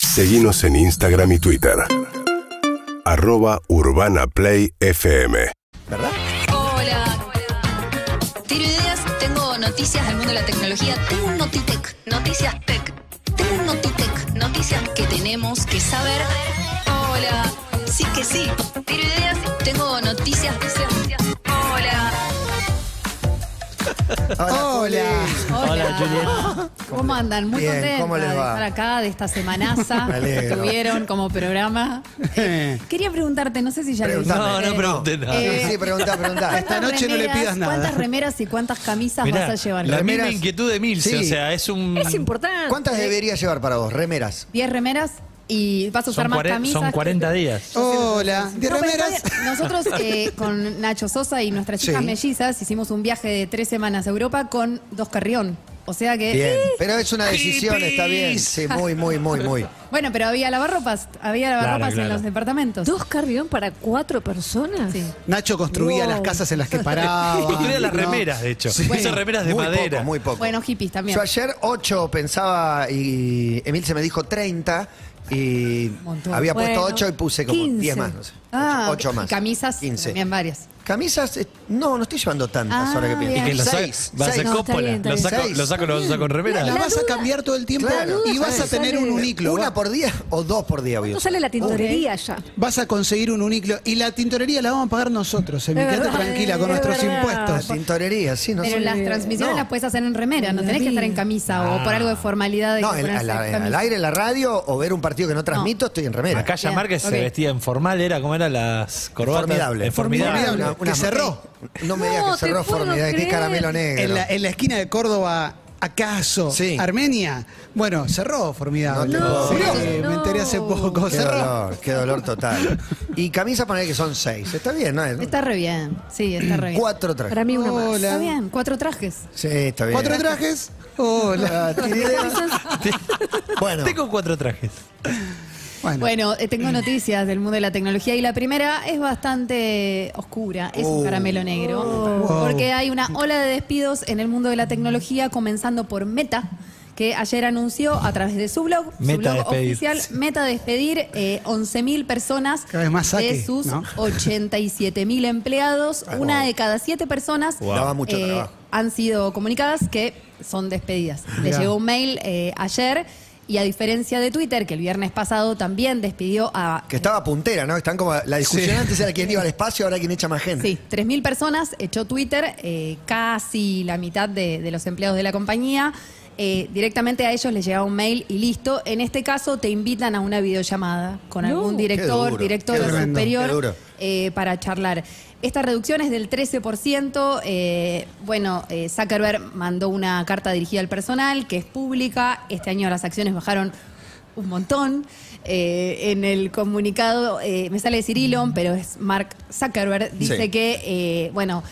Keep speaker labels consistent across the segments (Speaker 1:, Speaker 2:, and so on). Speaker 1: Seguimos en Instagram y Twitter. Arroba Urbana Play FM.
Speaker 2: ¿Verdad?
Speaker 3: Hola. Tiro ideas, tengo noticias del mundo de la tecnología, tengo un Notitec, noticias tech, tengo un Notitec, noticias que tenemos que saber. Hola. Sí que sí. Tiro ideas, tengo noticias. Hola.
Speaker 4: Hola.
Speaker 5: Hola, Juliet.
Speaker 4: ¿Cómo andan? Muy
Speaker 2: Bien,
Speaker 4: contentos
Speaker 2: ¿cómo les
Speaker 4: de
Speaker 2: va?
Speaker 4: estar acá, de esta semanaza
Speaker 2: Me
Speaker 4: que
Speaker 2: alegro.
Speaker 4: tuvieron como programa. Quería preguntarte, no sé si ya lo
Speaker 2: Preguntame.
Speaker 5: No,
Speaker 4: dijiste.
Speaker 5: no preguntes nada.
Speaker 4: Eh,
Speaker 2: Ah, Sí, sí, pregunta, pregunta.
Speaker 6: Esta noche no le
Speaker 4: remeras-
Speaker 6: pidas nada.
Speaker 4: ¿Cuántas remeras y cuántas camisas
Speaker 5: Mirá,
Speaker 4: vas a llevar?
Speaker 5: La misma
Speaker 2: Remeras.
Speaker 5: inquietud de Milce,
Speaker 2: Sí.
Speaker 5: o sea, es un...
Speaker 4: Es importante.
Speaker 2: ¿Cuántas deberías llevar para vos? Remeras.
Speaker 4: 10 remeras y vas a usar
Speaker 5: Son,
Speaker 4: más
Speaker 5: cuare-
Speaker 4: camisas.
Speaker 5: son 40 días.
Speaker 6: Hola.
Speaker 4: No,
Speaker 6: ¿De
Speaker 4: pero está
Speaker 6: remeras?
Speaker 4: bien. Nosotros eh, con Nacho Sosa y nuestras chicas
Speaker 2: Sí.
Speaker 4: mellizas hicimos un viaje de tres semanas a Europa con dos carrión. O sea que. eh,
Speaker 2: Bien. Pero es una decisión,
Speaker 5: Hippies.
Speaker 2: está bien. Sí, muy, muy, muy, muy.
Speaker 4: Bueno, pero había lavarropas, había lavarropas
Speaker 5: Claro, claro.
Speaker 4: en los departamentos.
Speaker 7: ¿Dos carrión para cuatro personas?
Speaker 4: Sí.
Speaker 6: Nacho construía
Speaker 7: Wow.
Speaker 6: las casas en las que paraba.
Speaker 5: Construía las
Speaker 6: ¿no?
Speaker 5: remeras, de hecho.
Speaker 2: Sí.
Speaker 5: Esas remeras de
Speaker 2: muy
Speaker 5: madera.
Speaker 2: Poco, muy poco.
Speaker 4: Bueno, hippies también.
Speaker 2: Yo ayer 8 pensaba y Emil se me dijo 30 y
Speaker 4: Montón.
Speaker 2: había puesto
Speaker 7: Bueno,
Speaker 2: 8 y puse como
Speaker 7: 15.
Speaker 2: 10 más. No sé,
Speaker 4: Ah,
Speaker 2: 8,
Speaker 4: y
Speaker 2: más.
Speaker 4: Camisas,
Speaker 2: 15.
Speaker 4: también varias.
Speaker 2: Camisas, eh, no, no estoy llevando tantas
Speaker 4: Ah,
Speaker 2: ahora que pienso.
Speaker 4: bien.
Speaker 5: Y que lo saco,
Speaker 2: Seis,
Speaker 5: va a
Speaker 2: seis.
Speaker 5: ser
Speaker 7: No, está
Speaker 5: cópola.
Speaker 7: bien, está
Speaker 5: lo
Speaker 7: bien.
Speaker 5: saco,
Speaker 2: Seis.
Speaker 5: lo saco, lo saco con
Speaker 6: La,
Speaker 5: remera.
Speaker 6: vas a cambiar todo el tiempo
Speaker 2: Claro.
Speaker 6: y vas a
Speaker 2: Sale.
Speaker 6: tener un uniclo.
Speaker 2: Una
Speaker 6: va-
Speaker 2: por día o dos por día, voy a
Speaker 7: No
Speaker 2: usar.
Speaker 7: sale la tintorería ya.
Speaker 6: Vas a conseguir un uniclo. Y la tintorería la vamos a pagar nosotros, Emi.
Speaker 7: Es
Speaker 6: Quédate
Speaker 7: verdad.
Speaker 6: tranquila
Speaker 7: Es
Speaker 6: con nuestros
Speaker 7: verdad.
Speaker 6: impuestos.
Speaker 2: Tintorería, sí, no
Speaker 4: Pero
Speaker 2: sé.
Speaker 4: las transmisiones
Speaker 2: No. Ah.
Speaker 4: las puedes hacer en remera, no tenés que estar en camisa o por algo de formalidad. hay
Speaker 2: No,
Speaker 4: que
Speaker 2: en-
Speaker 4: ponerse
Speaker 2: al, al-
Speaker 4: camisa.
Speaker 2: al aire, en la radio o ver un partido que no transmito, estoy en remera.
Speaker 5: Acá ya
Speaker 4: Bien,
Speaker 5: Márquez
Speaker 4: ok.
Speaker 5: se vestía en formal, era como eran las corbatas.
Speaker 2: formidable.
Speaker 5: En formidable.
Speaker 2: Una-
Speaker 6: Formidable. Que
Speaker 2: una-
Speaker 6: cerró.
Speaker 2: No me digas
Speaker 7: No,
Speaker 2: que
Speaker 7: te
Speaker 2: cerró
Speaker 7: puedo
Speaker 2: formidable. Qué
Speaker 7: creer.
Speaker 2: caramelo negro.
Speaker 6: En la, en la esquina de Córdoba, ¿acaso?
Speaker 2: Sí.
Speaker 6: Armenia. Bueno, cerró formidable.
Speaker 2: No te puedo
Speaker 6: Sí,
Speaker 7: creer.
Speaker 6: Me enteré hace
Speaker 7: No.
Speaker 6: poco.
Speaker 2: Qué
Speaker 6: Cerró.
Speaker 2: dolor, qué dolor total. Y camisa poner que son seis. Está bien, ¿no?
Speaker 4: Está re bien, sí, está re bien.
Speaker 2: Cuatro trajes.
Speaker 7: Para mí una más.
Speaker 6: Hola.
Speaker 4: Está bien, cuatro trajes.
Speaker 2: Sí, está bien. Ah,
Speaker 6: ¿Cuatro trajes? Hola.
Speaker 2: Bueno,
Speaker 5: Tengo cuatro trajes.
Speaker 4: Bueno, eh, tengo noticias del mundo de la tecnología y la primera es bastante oscura, es un caramelo negro, porque hay una ola de despidos en el mundo de la tecnología comenzando por Meta que ayer anunció a través de su blog, su
Speaker 5: Meta
Speaker 4: blog
Speaker 5: despedir.
Speaker 4: oficial, Meta despedir eh, 11.000 personas
Speaker 6: Cada vez más saque,
Speaker 4: de sus
Speaker 6: ¿no?
Speaker 4: 87.000 empleados. Una de cada siete personas
Speaker 2: daba mucho
Speaker 4: eh,
Speaker 2: trabajo.
Speaker 4: han sido comunicadas que son despedidas. Le
Speaker 6: Mirá.
Speaker 4: llegó un mail eh, ayer y a diferencia de Twitter, que el viernes pasado también despidió a
Speaker 2: que estaba puntera, ¿no? Están como. La discusión
Speaker 6: Sí.
Speaker 2: antes era quién iba al espacio, ahora quién echa más gente.
Speaker 4: sí, 3.000 personas, echó Twitter, eh, casi la mitad de, de los empleados de la compañía. Eh, directamente a ellos les llegaba un mail y listo. En este caso te invitan a una videollamada con
Speaker 7: No.
Speaker 4: algún director,
Speaker 2: duro, qué
Speaker 4: directora
Speaker 2: tremendo,
Speaker 4: superior.
Speaker 2: qué duro.
Speaker 4: eh, para charlar. Esta reducción es del 13%. eh, bueno, eh, Zuckerberg mandó una carta dirigida al personal que es pública. Este año las acciones bajaron un montón. Eh, en el comunicado eh, me sale decir Elon, pero es Mark Zuckerberg. Dice
Speaker 2: Sí.
Speaker 4: que, eh, bueno,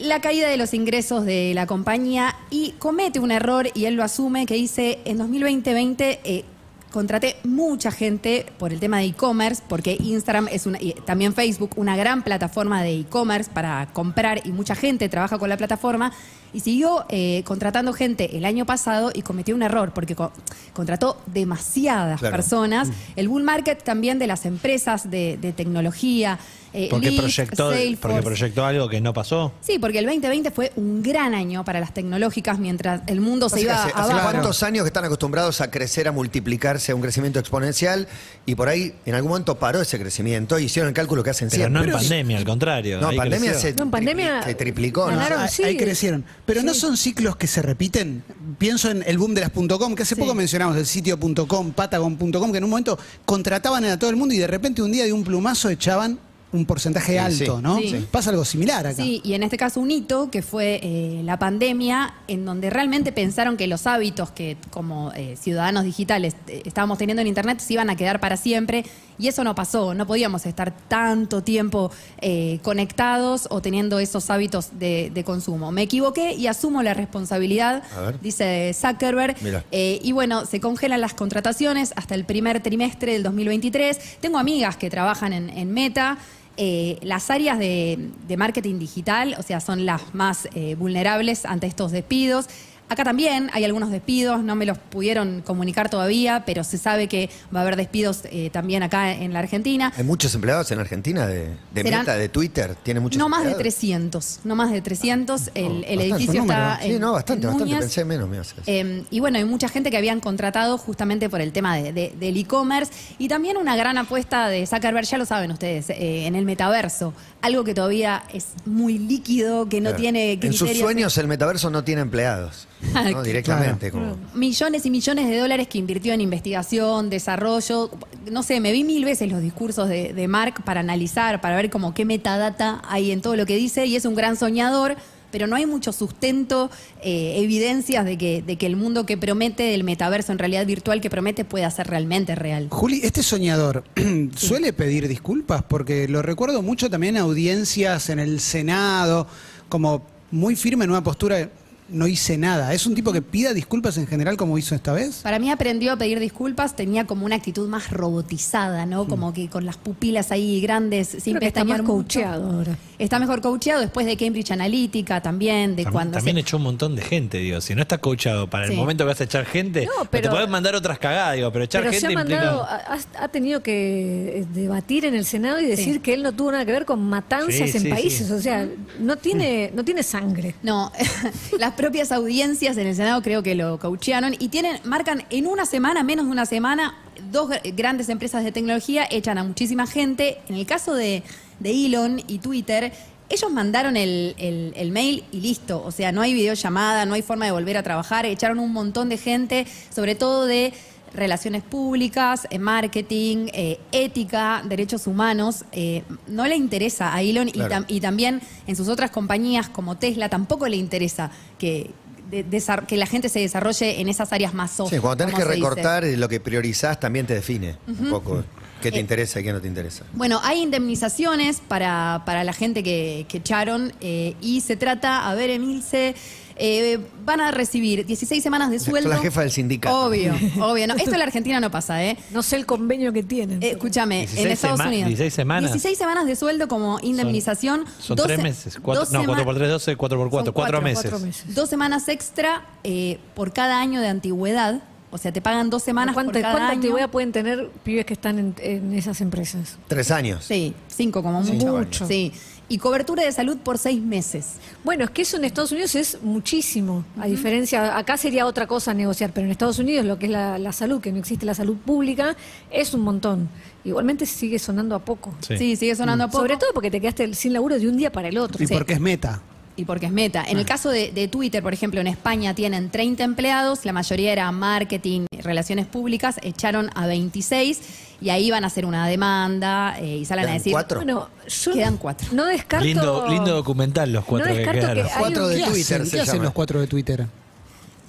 Speaker 4: la caída de los ingresos de la compañía y comete un error y él lo asume que dice en 2020 eh, contraté mucha gente por el tema de e-commerce porque Instagram es una y también Facebook una gran plataforma de e-commerce para comprar y mucha gente trabaja con la plataforma y siguió eh, contratando gente el año pasado y cometió un error porque co- contrató demasiadas
Speaker 2: Claro.
Speaker 5: Mm.
Speaker 4: personas el bull market también de las empresas de, de tecnología eh,
Speaker 5: Porque
Speaker 4: Lyft,
Speaker 5: proyectó, porque
Speaker 4: Salesforce.
Speaker 5: proyectó algo que no pasó.
Speaker 4: Sí, porque el 2020 fue un gran año para las tecnológicas mientras el mundo se
Speaker 2: Así que
Speaker 4: iba
Speaker 2: hace, hace
Speaker 4: abajo.
Speaker 2: cuántos años que están acostumbrados a crecer, a multiplicarse, a un crecimiento exponencial, y por ahí en algún momento paró ese crecimiento y hicieron el cálculo que hacen
Speaker 5: Pero
Speaker 2: siempre.
Speaker 5: no en pandemia, al contrario.
Speaker 2: No,
Speaker 5: ahí
Speaker 2: pandemia
Speaker 5: creció.
Speaker 2: se,
Speaker 7: No, en pandemia
Speaker 2: se triplicó, ¿no?
Speaker 6: Bueno,
Speaker 7: Ganaron,
Speaker 6: ahí,
Speaker 7: sí.
Speaker 6: ahí crecieron. Pero no son ciclos que se repiten. Pienso en el boom de las .com, que hace poco mencionamos el sitio .com, patagon.com, que en un momento contrataban a todo el mundo y de repente un día de un plumazo echaban un porcentaje
Speaker 2: sí.
Speaker 6: alto, ¿no?
Speaker 4: Sí.
Speaker 6: Pasa algo similar acá.
Speaker 4: Sí, y en este caso un hito que fue eh, la pandemia, en donde realmente pensaron que los hábitos que como eh, ciudadanos digitales eh, estábamos teniendo en Internet se iban a quedar para siempre, y eso no pasó, no podíamos estar tanto tiempo eh, conectados o teniendo esos hábitos de, de consumo. Me equivoqué y asumo la responsabilidad,
Speaker 2: A ver.
Speaker 4: dice Zuckerberg,
Speaker 2: Mirá.
Speaker 4: Eh, y bueno, se congelan las contrataciones hasta el primer trimestre del 2023. Tengo amigas que trabajan en, en Meta. Eh, las áreas de, de marketing digital, o sea, son las más eh, vulnerables ante estos despidos. Acá también hay algunos despidos, no me los pudieron comunicar todavía, pero se sabe que va a haber despidos eh, también acá en la Argentina.
Speaker 2: Hay muchos empleados en Argentina de, de
Speaker 4: Serán-
Speaker 2: Meta, de Twitter. Tiene muchos
Speaker 4: No más de
Speaker 2: empleados. Oh,
Speaker 4: 300, no más de 300. El, el
Speaker 2: Bastante,
Speaker 4: edificio
Speaker 2: un número.
Speaker 4: está
Speaker 2: Sí,
Speaker 4: en,
Speaker 2: no, bastante,
Speaker 4: en
Speaker 2: bastante.
Speaker 4: Núñez.
Speaker 2: Pensé menos, me haces.
Speaker 4: Eh, y bueno, hay mucha gente que habían contratado justamente por el tema de- de- del e-commerce y también una gran apuesta de Zuckerberg, ya lo saben ustedes, eh, en el metaverso, algo que todavía es muy líquido, que no
Speaker 2: Claro.
Speaker 4: tiene
Speaker 2: En sus
Speaker 4: criterios. Ah,
Speaker 2: sueños el metaverso no tiene empleados. ¿no? Directamente. como-
Speaker 4: Millones y millones de dólares que invirtió en investigación, desarrollo. No sé, me vi mil veces los discursos de, de Mark para analizar, para ver como qué metadata hay en todo lo que dice y es un gran soñador. Pero no hay mucho sustento, eh, evidencias de que, de que el mundo que promete, el metaverso en realidad virtual que promete, pueda ser realmente real.
Speaker 6: Juli, este soñador suele pedir disculpas porque lo recuerdo mucho también en audiencias en el Senado, como muy firme en una postura, de, no hice nada. ¿Es un tipo que pida disculpas en general como hizo esta vez?
Speaker 4: Para mí aprendió a pedir disculpas, tenía como una actitud más robotizada, ¿no? Como que con las pupilas ahí grandes, sin
Speaker 7: Mm. Creo que está
Speaker 4: pestañear
Speaker 7: más
Speaker 4: mucho.
Speaker 7: coacheado ahora.
Speaker 4: Está mejor coacheado después de Cambridge Analytica también, de
Speaker 5: También,
Speaker 4: cuando
Speaker 5: también
Speaker 4: se-
Speaker 5: echó un montón de gente, digo. Si no está coachado para
Speaker 4: Sí.
Speaker 5: el momento que vas a echar gente,
Speaker 7: No,
Speaker 5: no,
Speaker 7: pero-
Speaker 5: te podés mandar otras cagadas, digo, pero echar
Speaker 7: Pero se
Speaker 5: gente
Speaker 7: ha mandado,
Speaker 5: implica-
Speaker 7: ha, ha- ha tenido que eh, debatir en el Senado y decir
Speaker 4: Sí.
Speaker 7: que él no tuvo nada que ver con matanzas
Speaker 5: Sí,
Speaker 7: en
Speaker 5: sí,
Speaker 7: países.
Speaker 5: sí. Mm.
Speaker 7: O sea, no tiene, no tiene sangre.
Speaker 4: No, las propias audiencias en el Senado creo que lo cauchearon y tienen, marcan en una semana, menos de una semana, dos gr- grandes empresas de tecnología echan a muchísima gente. En el caso de, de Elon y Twitter, ellos mandaron el, el- el mail y listo. O sea, no hay videollamada, no hay forma de volver a trabajar. Echaron un montón de gente, sobre todo de relaciones públicas, eh, marketing, eh, ética, derechos humanos, eh, no le interesa a Elon y
Speaker 2: Claro.
Speaker 4: tam- y, también en sus otras compañías como Tesla tampoco le interesa que, de- desar- que la gente se desarrolle en esas áreas más soft.
Speaker 2: Sí, cuando tenés
Speaker 4: como
Speaker 2: que
Speaker 4: se dice.
Speaker 2: recortar, eh, lo que priorizás también te define un poco. ¿Qué
Speaker 4: Eh,
Speaker 2: te interesa y qué no te interesa?
Speaker 4: Bueno, hay indemnizaciones para, para la gente que, que echaron eh, y se trata, a ver, Emilce, eh, van a recibir 16 semanas de
Speaker 2: sea,
Speaker 4: sueldo.
Speaker 2: sos la jefa del sindicato.
Speaker 4: Obvio, obvio. No, esto en la Argentina no pasa, ¿eh?
Speaker 7: No sé el convenio que tienen.
Speaker 4: Eh, Escúchame, en
Speaker 5: 16
Speaker 4: Estados
Speaker 5: sema-
Speaker 4: Unidos.
Speaker 5: 16 semanas.
Speaker 4: 16 semanas de sueldo como indemnización.
Speaker 5: Son
Speaker 4: 12
Speaker 5: tres meses. Cuatro,
Speaker 4: dos
Speaker 5: no,
Speaker 4: sema-
Speaker 5: 4 por 3, 12, 4 por 4. 4,
Speaker 7: Son cuatro,
Speaker 5: meses.
Speaker 7: cuatro meses.
Speaker 4: Dos semanas extra eh, por cada año de antigüedad. O sea, te pagan dos semanas
Speaker 7: ¿Cuánta,
Speaker 4: por cada
Speaker 7: cuánta
Speaker 4: año.
Speaker 7: antigüedad pueden tener pibes que están en, en esas empresas?
Speaker 2: Tres años.
Speaker 4: Sí, cinco como
Speaker 2: Sí,
Speaker 4: mucho.
Speaker 2: mucho.
Speaker 4: Sí. Y cobertura de salud por seis meses.
Speaker 7: Bueno, es que eso en Estados Unidos es muchísimo. A diferencia, acá sería otra cosa negociar, pero en Estados Unidos lo que es la, la salud, que no existe la salud pública, es un montón. Igualmente sigue sonando a poco.
Speaker 5: Sí.
Speaker 4: Sí, sigue sonando a poco.
Speaker 7: Mm. Sobre todo porque te quedaste sin laburo de un día para el otro.
Speaker 6: Y
Speaker 4: Sí.
Speaker 6: porque es meta.
Speaker 4: Y porque es meta. En el caso de, de Twitter, por ejemplo, en España tienen 30 empleados, la mayoría era marketing, relaciones públicas, echaron a 26 y ahí van a hacer una demanda eh, y salen a
Speaker 2: Quedan
Speaker 4: decir...
Speaker 2: cuatro.
Speaker 7: Bueno, yo
Speaker 4: Quedan cuatro.
Speaker 7: no descarto...
Speaker 5: Lindo, lindo documental los cuatro
Speaker 7: No
Speaker 5: que
Speaker 7: descarto que
Speaker 5: quedaron.
Speaker 7: hay
Speaker 2: Cuatro
Speaker 7: un-
Speaker 2: de
Speaker 6: ¿Qué
Speaker 2: Twitter
Speaker 6: hacen?
Speaker 2: se
Speaker 6: ¿Qué hacen
Speaker 2: llama.
Speaker 6: los cuatro de Twitter?
Speaker 4: Eh,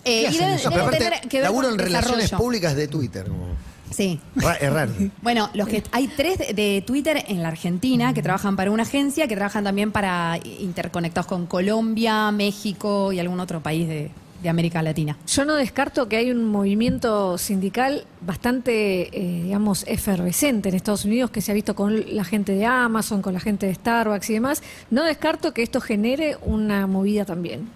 Speaker 6: ¿Qué
Speaker 4: y
Speaker 6: hacen
Speaker 4: deben,
Speaker 6: ellos?
Speaker 2: No, pero
Speaker 4: deben
Speaker 2: aparte,
Speaker 4: tener que ver
Speaker 2: laburo
Speaker 4: con
Speaker 2: en
Speaker 4: el
Speaker 2: relaciones
Speaker 4: desarrollo.
Speaker 2: públicas de Twitter. como-
Speaker 4: Sí.
Speaker 2: Ra- Es raro.
Speaker 4: Bueno, los que hay tres de- de Twitter en la Argentina que trabajan para una agencia, que trabajan también para interconectados con Colombia, México y algún otro país de, de América Latina.
Speaker 7: Yo no descarto que hay un movimiento sindical bastante, eh, digamos, efervescente en Estados Unidos que se ha visto con la gente de Amazon, con la gente de Starbucks y demás. No descarto que esto genere una movida también,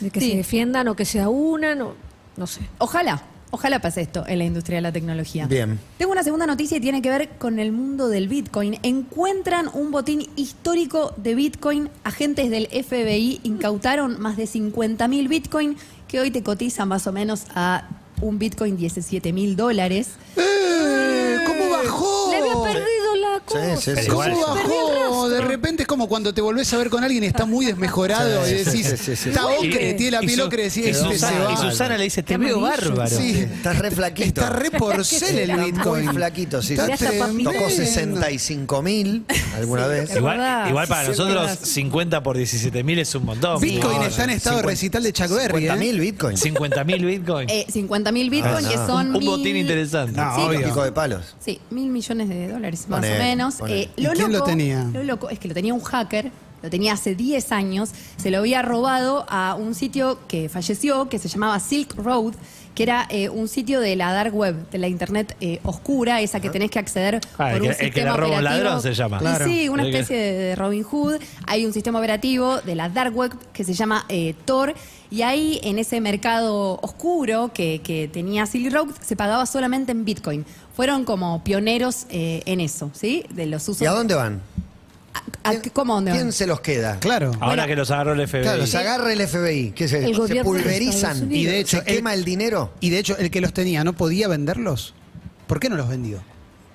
Speaker 7: de que
Speaker 4: Sí.
Speaker 7: se defiendan o que se unan, o, no sé.
Speaker 4: Ojalá, ojalá pase esto en la industria de la tecnología.
Speaker 2: Bien.
Speaker 4: Tengo una segunda noticia y tiene que ver con el mundo del Bitcoin. Encuentran un botín histórico de Bitcoin. Agentes del FBI incautaron más de 50 mil Bitcoin que hoy te cotizan más o menos a un Bitcoin 17 mil dólares.
Speaker 6: Eh, ¿Cómo bajó?
Speaker 7: Le había perdido la cosa.
Speaker 2: Sí, sí, sí.
Speaker 5: Igual.
Speaker 6: ¿Cómo
Speaker 7: Perdí el
Speaker 6: bajó? De repente es como cuando te volvés a ver con alguien y está muy desmejorado
Speaker 2: Sí,
Speaker 6: y
Speaker 2: sí,
Speaker 6: decís,
Speaker 2: sí, sí, sí.
Speaker 6: está
Speaker 7: Igual
Speaker 6: ocre,
Speaker 7: que-
Speaker 6: tiene la
Speaker 5: Y
Speaker 6: piel
Speaker 5: Su-
Speaker 6: ocre, decís,
Speaker 5: y
Speaker 6: este se
Speaker 5: Susana,
Speaker 6: va.
Speaker 5: y Susana le dice, te veo
Speaker 7: amarillo".
Speaker 5: bárbaro.
Speaker 6: Sí.
Speaker 2: Estás re flaquito.
Speaker 6: Está re porcel el
Speaker 2: Está
Speaker 6: Bitcoin.
Speaker 2: Muy flaquito, sí.
Speaker 6: Está
Speaker 2: sí.
Speaker 6: tremendo.
Speaker 2: Tocó 65 mil alguna vez.
Speaker 5: Igual,
Speaker 4: verdad.
Speaker 5: igual para
Speaker 4: Sí, es
Speaker 5: nosotros
Speaker 4: verdad.
Speaker 5: 50 por 17 mil es un montón.
Speaker 6: Bitcoin
Speaker 2: No,
Speaker 6: está en este- estado de
Speaker 2: 50
Speaker 6: recital de Chuck Berry. ¿eh?
Speaker 2: mil Bitcoin.
Speaker 5: 50 mil Bitcoin.
Speaker 4: Eh, 50 mil Bitcoin,
Speaker 2: Ah,
Speaker 4: que
Speaker 2: no.
Speaker 4: son.
Speaker 5: un botín
Speaker 4: mil-
Speaker 5: interesante.
Speaker 6: No,
Speaker 4: Sí,
Speaker 6: obvio.
Speaker 2: Pico de palos.
Speaker 4: Sí, mil millones de dólares, más
Speaker 2: Ponele,
Speaker 4: o menos.
Speaker 2: ponele.
Speaker 4: Eh,
Speaker 6: ¿Y quién lo tenía?
Speaker 4: Lo loco es que lo tenía un hacker, lo tenía hace 10 años, se lo había robado a un sitio que falleció, que se llamaba Silk Road, que era eh, un sitio de la dark web, de la internet eh, oscura, esa que tenés que acceder
Speaker 5: Ah, el
Speaker 4: por
Speaker 5: que-
Speaker 4: un
Speaker 5: el que
Speaker 4: sistema
Speaker 5: la roba a un
Speaker 4: operativo.
Speaker 5: ladrón se llama.
Speaker 4: Y
Speaker 5: Claro.
Speaker 4: Sí, una
Speaker 5: El que-
Speaker 4: especie de, de Robin Hood. Hay un sistema operativo de la dark web que se llama eh, Tor. Y ahí, en ese mercado oscuro que, que tenía Silk Road, se pagaba solamente en Bitcoin. Fueron como pioneros eh, en eso, ¿sí? De los usos.
Speaker 2: ¿Y a dónde van?
Speaker 4: ¿A- a- ¿Cómo dónde
Speaker 2: ¿Quién
Speaker 4: van?
Speaker 2: se los queda?
Speaker 6: Claro.
Speaker 5: Ahora que los agarró el FBI.
Speaker 2: Claro, los agarra el FBI, que se,
Speaker 7: El
Speaker 2: se
Speaker 7: gobierno de Estados
Speaker 2: pulverizan
Speaker 7: Unidos.
Speaker 2: y de hecho
Speaker 6: el-
Speaker 2: se quema el dinero.
Speaker 6: Y de hecho, el que los tenía no podía venderlos. ¿Por qué no los vendió?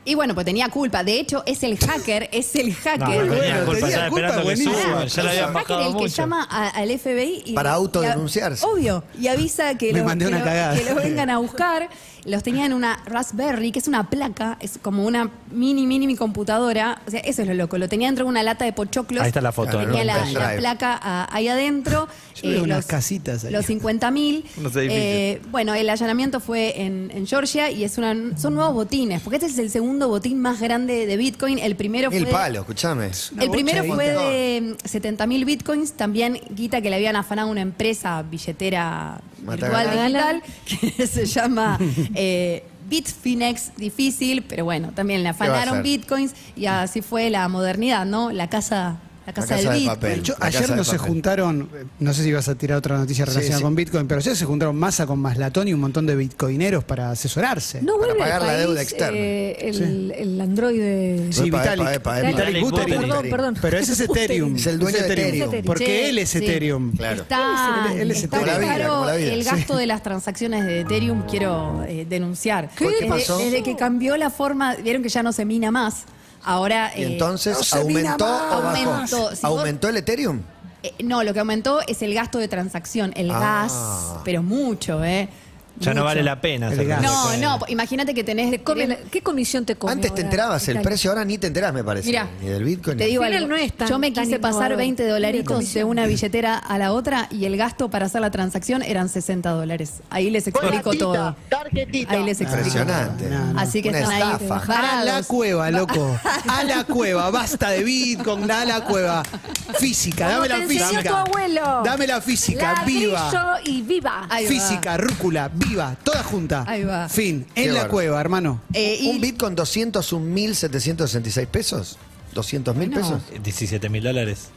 Speaker 4: Y bueno, pues tenía culpa. De hecho, es el hacker, es el
Speaker 5: No,
Speaker 4: hacker.
Speaker 5: no tenía culpa,
Speaker 6: Bueno, tenía
Speaker 5: estaba
Speaker 6: culpa,
Speaker 5: esperando
Speaker 6: buenísimo.
Speaker 5: que suban, ya
Speaker 4: Es
Speaker 5: lo
Speaker 4: el
Speaker 5: habían
Speaker 4: hacker
Speaker 5: bajado
Speaker 4: el que
Speaker 5: mucho.
Speaker 4: llama a- al FBI y
Speaker 2: Para
Speaker 4: y a-
Speaker 2: autodenunciarse.
Speaker 4: obvio. Y avisa que,
Speaker 6: Me
Speaker 4: lo-
Speaker 6: mandé
Speaker 4: que
Speaker 6: una
Speaker 4: lo-
Speaker 6: cagada.
Speaker 4: que lo vengan a buscar. Los tenía en una Raspberry, que es una placa, es como una mini, mini computadora. O sea, eso es lo loco. Lo tenía dentro de una lata de pochoclos.
Speaker 5: Ahí está la foto,
Speaker 4: Tenía
Speaker 5: ¿no?
Speaker 4: la,
Speaker 2: Pendrive.
Speaker 4: la placa ah, ahí adentro. Eh,
Speaker 6: Yo veo unas casitas ahí.
Speaker 4: Los 50 mil. Eh,
Speaker 8: Unos edificios.
Speaker 4: bueno, el allanamiento fue en, en Georgia y es una, son nuevos botines, porque este es el segundo botín más grande de Bitcoin. El primero
Speaker 2: El
Speaker 4: fue
Speaker 2: palo, escúchame.
Speaker 6: Una
Speaker 4: el
Speaker 6: bocha
Speaker 4: primero
Speaker 6: de
Speaker 4: fue de 70 mil bitcoins, también guita que le habían afanado a una empresa billetera virtual
Speaker 7: Matagalan.
Speaker 4: digital que se llama eh, Bitfinex, difícil, pero bueno, también le
Speaker 2: va a
Speaker 4: afanaron
Speaker 2: ser?
Speaker 4: bitcoins y así fue la modernidad, ¿no? La casa, la casa,
Speaker 2: casa
Speaker 4: del
Speaker 2: de
Speaker 4: Bitcoin.
Speaker 2: papel.
Speaker 6: De hecho,
Speaker 2: La
Speaker 6: ayer
Speaker 2: casa de
Speaker 6: no se
Speaker 2: papel.
Speaker 6: juntaron, eh, no sé si vas a tirar otra noticia
Speaker 2: Sí,
Speaker 6: relacionada
Speaker 2: sí.
Speaker 6: con Bitcoin, pero ayer se juntaron Masa con Maslatón y un montón de bitcoineros para asesorarse.
Speaker 7: No
Speaker 2: Para
Speaker 7: vuelve
Speaker 2: pagar
Speaker 7: al
Speaker 2: la
Speaker 7: país,
Speaker 2: deuda externa.
Speaker 7: eh, el, el androide.
Speaker 6: Sí,
Speaker 2: Epa,
Speaker 6: Vitalik.
Speaker 2: epa, epa, epa.
Speaker 6: Vitalik
Speaker 5: Vitalik
Speaker 6: Buterin.
Speaker 5: Buterin.
Speaker 7: Perdón, perdón.
Speaker 6: Pero ese es Ethereum.
Speaker 2: Es el dueño de Ethereum.
Speaker 6: Porque él es
Speaker 4: Sí.
Speaker 6: Ethereum.
Speaker 2: Claro.
Speaker 4: Está,
Speaker 6: Él es
Speaker 4: está
Speaker 6: Ethereum.
Speaker 2: Como la vida, como
Speaker 4: claro
Speaker 2: la vida,
Speaker 4: el
Speaker 2: sí.
Speaker 4: gasto de las transacciones de Ethereum, quiero eh, denunciar.
Speaker 2: ¿Por qué
Speaker 4: Desde-
Speaker 2: pasó?
Speaker 4: Desde que cambió la forma, vieron que ya no se mina más. Ahora.
Speaker 2: Y
Speaker 4: eh,
Speaker 2: entonces
Speaker 6: no se mina
Speaker 2: aumentó
Speaker 6: más.
Speaker 2: o bajó.
Speaker 4: Aumentó. Si
Speaker 2: ¿Aumentó el Ethereum?
Speaker 4: eh, no, lo que aumentó es el gasto de transacción, el
Speaker 2: Ah.
Speaker 4: gas, pero mucho, ¿eh?
Speaker 5: Ya no
Speaker 4: Mucho.
Speaker 5: vale la pena.
Speaker 6: El
Speaker 5: hacer
Speaker 6: gas.
Speaker 5: eso.
Speaker 4: No, no, imagínate que tenés. de
Speaker 7: Come la- ¿Qué comisión te come?
Speaker 2: Antes te
Speaker 7: ahora?
Speaker 2: enterabas el
Speaker 7: Vitalik?
Speaker 2: precio, ahora ni te enterás, me parece.
Speaker 4: Mirá,
Speaker 2: ni del Bitcoin.
Speaker 4: Te
Speaker 2: ni-
Speaker 4: digo
Speaker 7: Al final
Speaker 4: algo,
Speaker 7: no es tan-
Speaker 4: yo me
Speaker 7: tan
Speaker 4: quise pasar
Speaker 7: innovador.
Speaker 4: 20 dolaritos de una billetera a la otra y el gasto para hacer la transacción eran 60 dólares. Ahí les explico todo. Ahí les explico.
Speaker 2: Impresionante.
Speaker 6: No, no.
Speaker 4: Así que
Speaker 2: Una
Speaker 4: están ahí
Speaker 2: estafa.
Speaker 6: A la
Speaker 4: varados.
Speaker 6: cueva, loco. A la cueva. Basta de Bitcoin. A la cueva. Física.
Speaker 7: Como
Speaker 6: Dame la
Speaker 7: te enseñó
Speaker 6: física.
Speaker 7: tu abuelo.
Speaker 6: Dame la física.
Speaker 7: Ladrillo
Speaker 6: Viva.
Speaker 7: y viva.
Speaker 4: Ahí va.
Speaker 6: Física, rúcula, viva, toda junta.
Speaker 4: Ahí va.
Speaker 6: Fin.
Speaker 2: Qué
Speaker 6: En la
Speaker 2: bárbaro.
Speaker 6: cueva, hermano.
Speaker 4: Eh, y-
Speaker 2: ¿Un Bitcoin 201.766 pesos? ¿200.000 pesos?
Speaker 5: 17 Eh, mil dólares.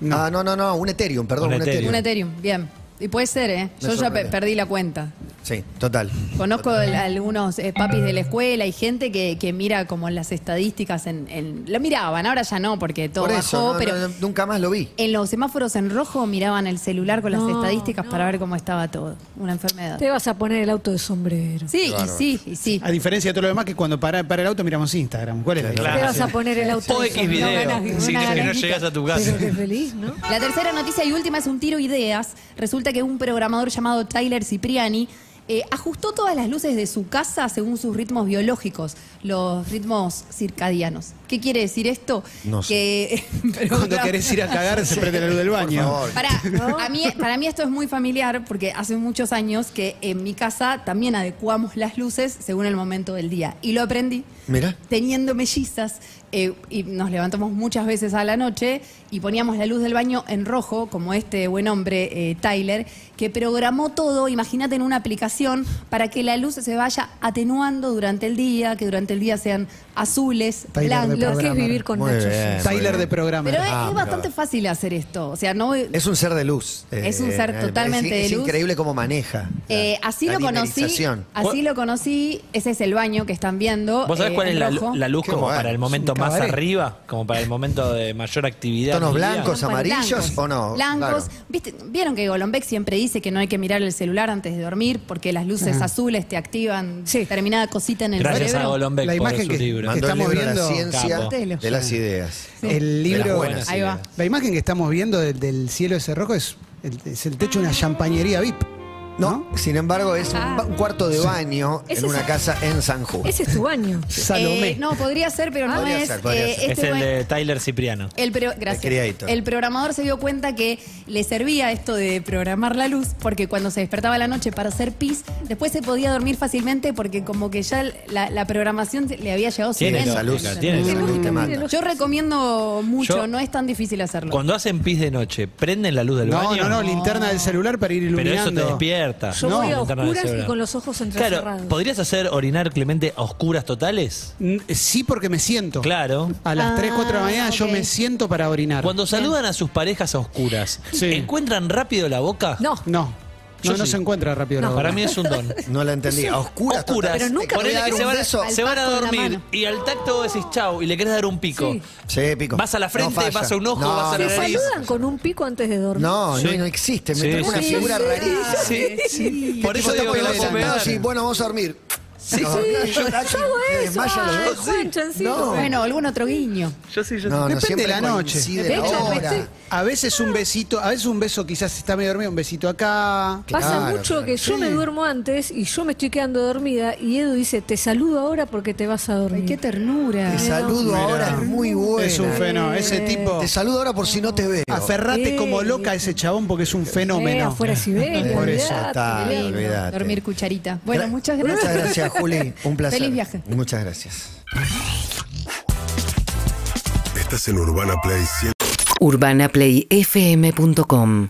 Speaker 6: No.
Speaker 2: Ah, no, no, no, un Ethereum, perdón,
Speaker 5: Un
Speaker 2: un,
Speaker 5: Ethereum.
Speaker 2: Ethereum.
Speaker 4: Un Ethereum, bien. Y puede ser, ¿eh?
Speaker 2: Me
Speaker 4: Yo ya pe-
Speaker 2: sorprende.
Speaker 4: perdí la cuenta.
Speaker 2: Sí, total.
Speaker 4: Conozco el- algunos eh, papis de la escuela y gente que, que mira como las estadísticas en, en- Lo miraban, ahora ya no, porque todo
Speaker 2: Por eso,
Speaker 4: bajó,
Speaker 2: no,
Speaker 4: pero...
Speaker 2: no, no, nunca más lo vi.
Speaker 4: En los semáforos en rojo miraban el celular con las
Speaker 7: No,
Speaker 4: estadísticas para ver cómo estaba todo. Una enfermedad.
Speaker 7: Te vas a poner el auto de sombrero.
Speaker 4: Sí, y sí, y sí.
Speaker 6: A diferencia de todo lo demás, que cuando para, para el auto miramos Instagram. ¿Cuál es la
Speaker 2: Claro.
Speaker 7: Te
Speaker 5: Ah,
Speaker 7: vas
Speaker 5: sí.
Speaker 7: a poner el auto
Speaker 5: O
Speaker 7: de
Speaker 5: X
Speaker 7: sombrero.
Speaker 5: video. Sí,
Speaker 7: ganas
Speaker 5: que no
Speaker 7: guita.
Speaker 5: llegas a tu casa.
Speaker 7: Pero qué feliz, ¿no?
Speaker 4: La tercera noticia y última es un tiro ideas. Resulta que un programador llamado Tyler Cipriani eh, ajustó todas las luces de su casa según sus ritmos biológicos, los ritmos circadianos. ¿Qué quiere decir esto?
Speaker 2: No sé.
Speaker 4: Que pero,
Speaker 6: Cuando
Speaker 4: claro,
Speaker 6: querés ir a cagar, se prende la luz del baño.
Speaker 2: Por favor.
Speaker 4: Para, a mí, para mí esto es muy familiar porque hace muchos años que en mi casa también adecuamos las luces según el momento del día. Y lo aprendí
Speaker 2: Mirá.
Speaker 4: teniendo mellizas eh, y nos levantamos muchas veces a la noche y poníamos la luz del baño en rojo, como este buen hombre eh, Tyler, que programó todo, imagínate en una aplicación, para que la luz se vaya atenuando durante el día, que durante el día sean azules,
Speaker 6: Tyler de
Speaker 4: blancos.
Speaker 7: Lo que es
Speaker 6: Programar.
Speaker 7: vivir con
Speaker 2: Muy
Speaker 7: Nacho.
Speaker 2: bien.
Speaker 7: Sos.
Speaker 6: Tyler de programa.
Speaker 4: Pero es,
Speaker 2: Ah,
Speaker 4: es
Speaker 2: pero-
Speaker 4: bastante fácil hacer esto, o sea, no...
Speaker 2: Es un ser de luz. eh,
Speaker 4: Es un ser totalmente de
Speaker 2: es,
Speaker 4: luz.
Speaker 2: increíble cómo maneja. la-
Speaker 4: Eh, así
Speaker 2: la
Speaker 4: lo conocí.
Speaker 2: dimerización.
Speaker 4: Así lo conocí. Ese es el baño que están viendo.
Speaker 5: ¿Vos sabés
Speaker 4: eh,
Speaker 5: cuál es
Speaker 4: en
Speaker 5: la,
Speaker 4: rojo.
Speaker 5: la luz
Speaker 2: Qué
Speaker 5: como
Speaker 2: bueno,
Speaker 5: para el
Speaker 2: es
Speaker 5: momento
Speaker 6: un
Speaker 5: más
Speaker 6: cabaret.
Speaker 5: arriba? Como para el momento de mayor actividad.
Speaker 2: Tonos
Speaker 5: en el día.
Speaker 2: blancos.
Speaker 4: Son para-
Speaker 2: amarillos o no?
Speaker 4: Blancos.
Speaker 2: Claro.
Speaker 4: ¿Viste? Vieron que Golombek siempre dice que no hay que mirar el celular antes de dormir porque las luces azules te activan
Speaker 7: Sí.
Speaker 4: determinada cosita en el
Speaker 5: Gracias a
Speaker 4: cerebro.
Speaker 5: Golombek
Speaker 6: La
Speaker 5: por
Speaker 6: imagen
Speaker 5: su
Speaker 6: que-
Speaker 5: libro.
Speaker 2: Mandó el
Speaker 6: Estamos
Speaker 2: libro
Speaker 6: viendo-
Speaker 2: La ciencia
Speaker 5: Capo.
Speaker 2: de las ideas.
Speaker 6: El
Speaker 2: De las
Speaker 6: libro.
Speaker 2: buenas
Speaker 4: Ahí
Speaker 2: ideas.
Speaker 4: va.
Speaker 6: La imagen que estamos viendo del, del cielo ese rojo es el, es el techo de una champañería VIP.
Speaker 2: No, sin embargo, es un, ba- un cuarto de baño
Speaker 7: Ese
Speaker 2: en una
Speaker 7: es-
Speaker 2: casa en San Juan.
Speaker 7: Ese es tu baño.
Speaker 6: Salomé.
Speaker 4: Eh, no, podría ser, pero no
Speaker 2: Podría
Speaker 4: es.
Speaker 2: ser, podría
Speaker 4: eh,
Speaker 2: ser.
Speaker 4: este
Speaker 5: es el
Speaker 4: buen-
Speaker 5: de Tyler Cipriano.
Speaker 4: El, pro- gracias.
Speaker 2: Creator.
Speaker 4: el programador se dio cuenta que le servía esto de programar la luz porque cuando se despertaba a la noche para hacer pis, después se podía dormir fácilmente porque como que ya la, la programación le había llegado su
Speaker 5: Tiene
Speaker 4: bien.
Speaker 2: esa luz,
Speaker 5: lógica, tiene
Speaker 2: esa luz te
Speaker 7: lógica,
Speaker 2: mata.
Speaker 7: tiene
Speaker 4: Yo recomiendo mucho,
Speaker 5: Yo-
Speaker 4: no es tan difícil hacerlo.
Speaker 5: Cuando hacen pis de noche, ¿prenden la luz del
Speaker 6: No,
Speaker 5: baño?
Speaker 6: no, no, linterna del celular para ir
Speaker 5: Pero eso
Speaker 6: iluminando.
Speaker 5: te despierta. abierta.
Speaker 7: Yo
Speaker 5: No,
Speaker 7: voy a
Speaker 5: la ventana
Speaker 7: oscuras
Speaker 5: desabierta.
Speaker 7: y con los ojos entrecerrados.
Speaker 5: Claro, ¿podrías hacer orinar Clemente a oscuras totales?
Speaker 6: N- Sí, porque me siento.
Speaker 5: Claro.
Speaker 6: A las
Speaker 4: Ah,
Speaker 6: 3, 4 de la mañana yo
Speaker 4: ok.
Speaker 6: me siento para orinar.
Speaker 5: Cuando saludan a sus parejas a oscuras,
Speaker 6: Sí.
Speaker 5: ¿encuentran rápido la boca?
Speaker 7: No.
Speaker 6: No,
Speaker 5: Yo
Speaker 6: no, no
Speaker 5: sí.
Speaker 6: se encuentra rápido. la
Speaker 7: No.
Speaker 6: hora.
Speaker 5: Para mí es un don.
Speaker 2: No la entendí. A oscuras.
Speaker 5: oscuras.
Speaker 2: total.
Speaker 7: Pero nunca
Speaker 2: Te
Speaker 5: Ponele
Speaker 2: quería
Speaker 5: que
Speaker 2: dar
Speaker 5: se
Speaker 2: un
Speaker 5: van, a-
Speaker 2: beso.
Speaker 4: Al
Speaker 5: se van a
Speaker 4: pasto de la
Speaker 5: dormir
Speaker 4: mano.
Speaker 5: y al tacto decís chau y le querés dar un pico.
Speaker 7: Sí.
Speaker 2: Sí, pico.
Speaker 5: Vas a la frente,
Speaker 2: falla.
Speaker 5: vas a un ojo,
Speaker 2: No,
Speaker 5: vas a la
Speaker 7: ¿Se
Speaker 2: no,
Speaker 5: nariz.
Speaker 7: saludan con un pico antes de dormir?
Speaker 2: No,
Speaker 5: Sí.
Speaker 2: no, no existe. Me
Speaker 5: Sí,
Speaker 2: tengo una
Speaker 5: sí,
Speaker 2: figura
Speaker 5: sí.
Speaker 2: rarísima.
Speaker 5: Sí, sí. Por
Speaker 2: Tipo,
Speaker 5: eso
Speaker 2: está
Speaker 5: digo
Speaker 2: por
Speaker 5: que
Speaker 2: el
Speaker 5: no
Speaker 2: lado sentado así, bueno, vamos a dormir.
Speaker 5: Sí,
Speaker 2: No,
Speaker 5: sí.
Speaker 2: no,
Speaker 5: Yo-
Speaker 7: Yo hago
Speaker 2: se
Speaker 7: eso.
Speaker 2: desmayan los
Speaker 7: ay,
Speaker 2: dos.
Speaker 7: Juan, chancito.
Speaker 2: No.
Speaker 4: Oh. Bueno, algún otro guiño.
Speaker 5: Yo sí, yo
Speaker 2: No, no,
Speaker 6: Depende
Speaker 2: siempre
Speaker 6: de la noche.
Speaker 2: coincide
Speaker 7: De
Speaker 2: la
Speaker 7: hecho, me
Speaker 2: hora.
Speaker 7: estoy-
Speaker 6: A veces un besito, a veces un beso quizás está medio dormido, un besito acá.
Speaker 7: Pasa
Speaker 2: Claro,
Speaker 7: mucho
Speaker 2: claro.
Speaker 7: que yo me
Speaker 6: Sí.
Speaker 7: duermo antes y yo me estoy quedando dormida y Edu dice, te saludo ahora porque te vas a dormir. Eh,
Speaker 4: Ay, qué ternura.
Speaker 2: Te saludo ahora, es muy bueno.
Speaker 6: Es un fenómeno. Ese tipo.
Speaker 2: Te saludo ahora por si no te veo.
Speaker 6: Aferrate
Speaker 7: Sí.
Speaker 6: como loca a ese chabón porque es un
Speaker 7: Eh,
Speaker 6: fenómeno.
Speaker 7: afuera Siberia.
Speaker 2: Por eso,
Speaker 7: olvidate,
Speaker 2: está,
Speaker 7: lindo.
Speaker 2: olvidate.
Speaker 4: Dormir cucharita. Bueno,
Speaker 2: Gra-
Speaker 4: muchas gracias.
Speaker 2: Muchas gracias, Juli. Un placer.
Speaker 4: Feliz viaje.
Speaker 2: Muchas gracias.
Speaker 1: Estás en Urbana Play 100.
Speaker 8: urbanaplayfm.com